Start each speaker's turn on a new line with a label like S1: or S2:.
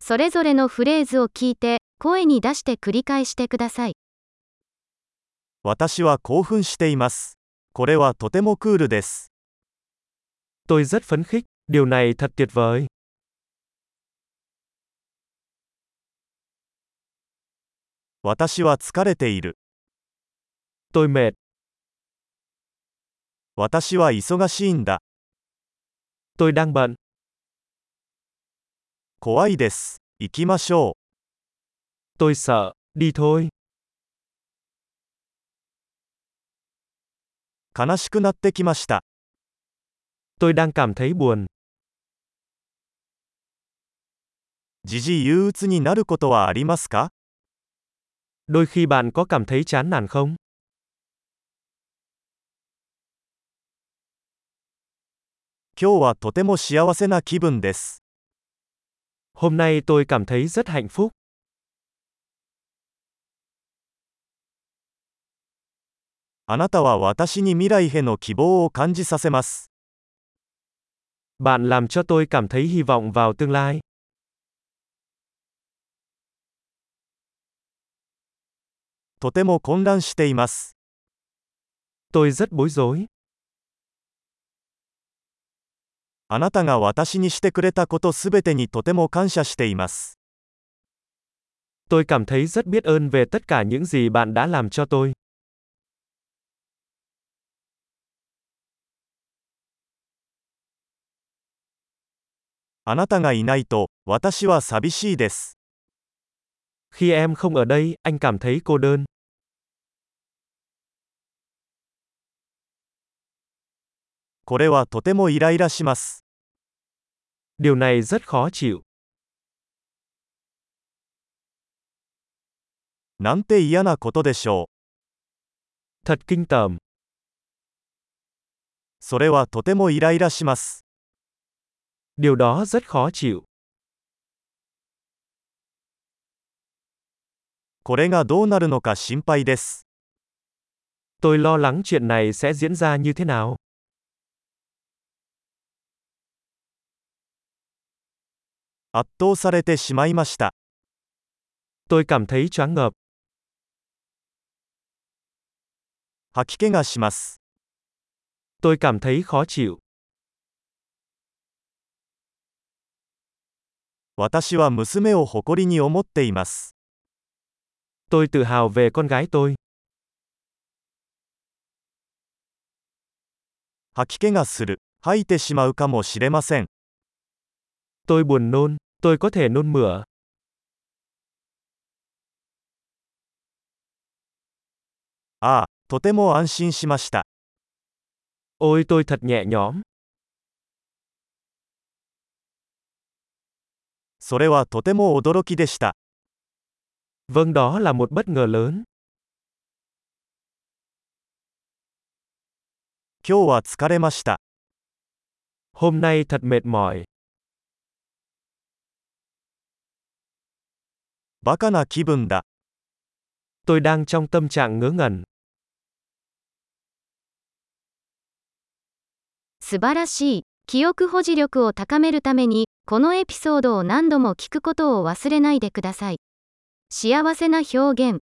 S1: それぞれのフレーズを聞いて、声に出して繰り返してください。
S2: 私は興奮しています。これはとてもクールです。
S3: Tôi rất phấn khích, điều này thật tuyệt vời.
S2: 私は疲れている。
S3: Tôi mệt,
S2: 私は忙しいんだ。
S3: tôi đang bận,
S2: 怖いです。行きましょ
S3: tôi sợ, đi thôi.
S2: う。悲しくなってきました。
S3: Tôi đang cảm thấy buồn,
S2: 時々憂鬱になることはありますか
S3: đôi khi bạn có cảm thấy chán nản không?
S2: 今日はとても幸せな気分です。
S3: Hôm nay tôi cảm thấy rất hạnh phúc,
S2: あなたは私に未来への希望を感じさせます。
S3: bạn làm cho tôi cảm thấy hy vọng vào tương lai.
S2: とても混乱しています。
S3: Tôi rất bối rối,
S2: あなたが私にしてくれたことすべてにとても感謝しています。
S3: tôi cảm thấy rất biết ơn về tất cả những gì bạn đã làm cho tôi.
S2: あなたがいないと、私は寂しいです。
S3: Khi em không ở đây, anh cảm thấy cô đơn.
S2: これはとてもイライラします。
S3: Điều này rất khó chịu,
S2: なんて嫌なことでしょう。
S3: thật kinh tởm,
S2: それはとてもイライラします。
S3: điều đó rất khó chịu.
S2: これがどうなるのか心配です。
S3: Tôi lo lắng chuyện này sẽ diễn ra như thế nào.
S2: 圧倒されてしまいました。
S3: Tôi cảm thấy choáng ngợp,
S2: 吐き気がします。
S3: tôi cảm thấy khó chịu,
S2: 私は娘を誇りに思っています。
S3: tôi tự hào về con gái tôi,
S2: 吐き気がする。吐いてしまうかもしれません。
S3: tôi buồn nôn, tôi có thể nôn mửa,
S2: ああ、とても安心しました。
S3: ôi tôi thật nhẹ nhõm,
S2: それはとても驚きでした。
S3: vâng đó là một bất ngờ lớn,
S2: 今日は疲れました。
S3: hôm nay thật mệt mỏi,
S2: バカな気分だ。
S3: tôi đang trong tâm trạng ngớ ngẩn,
S1: 素晴らしい。記憶保持力を高めるために、このエピソードを何度も聞くことを忘れないでください。幸せな表現、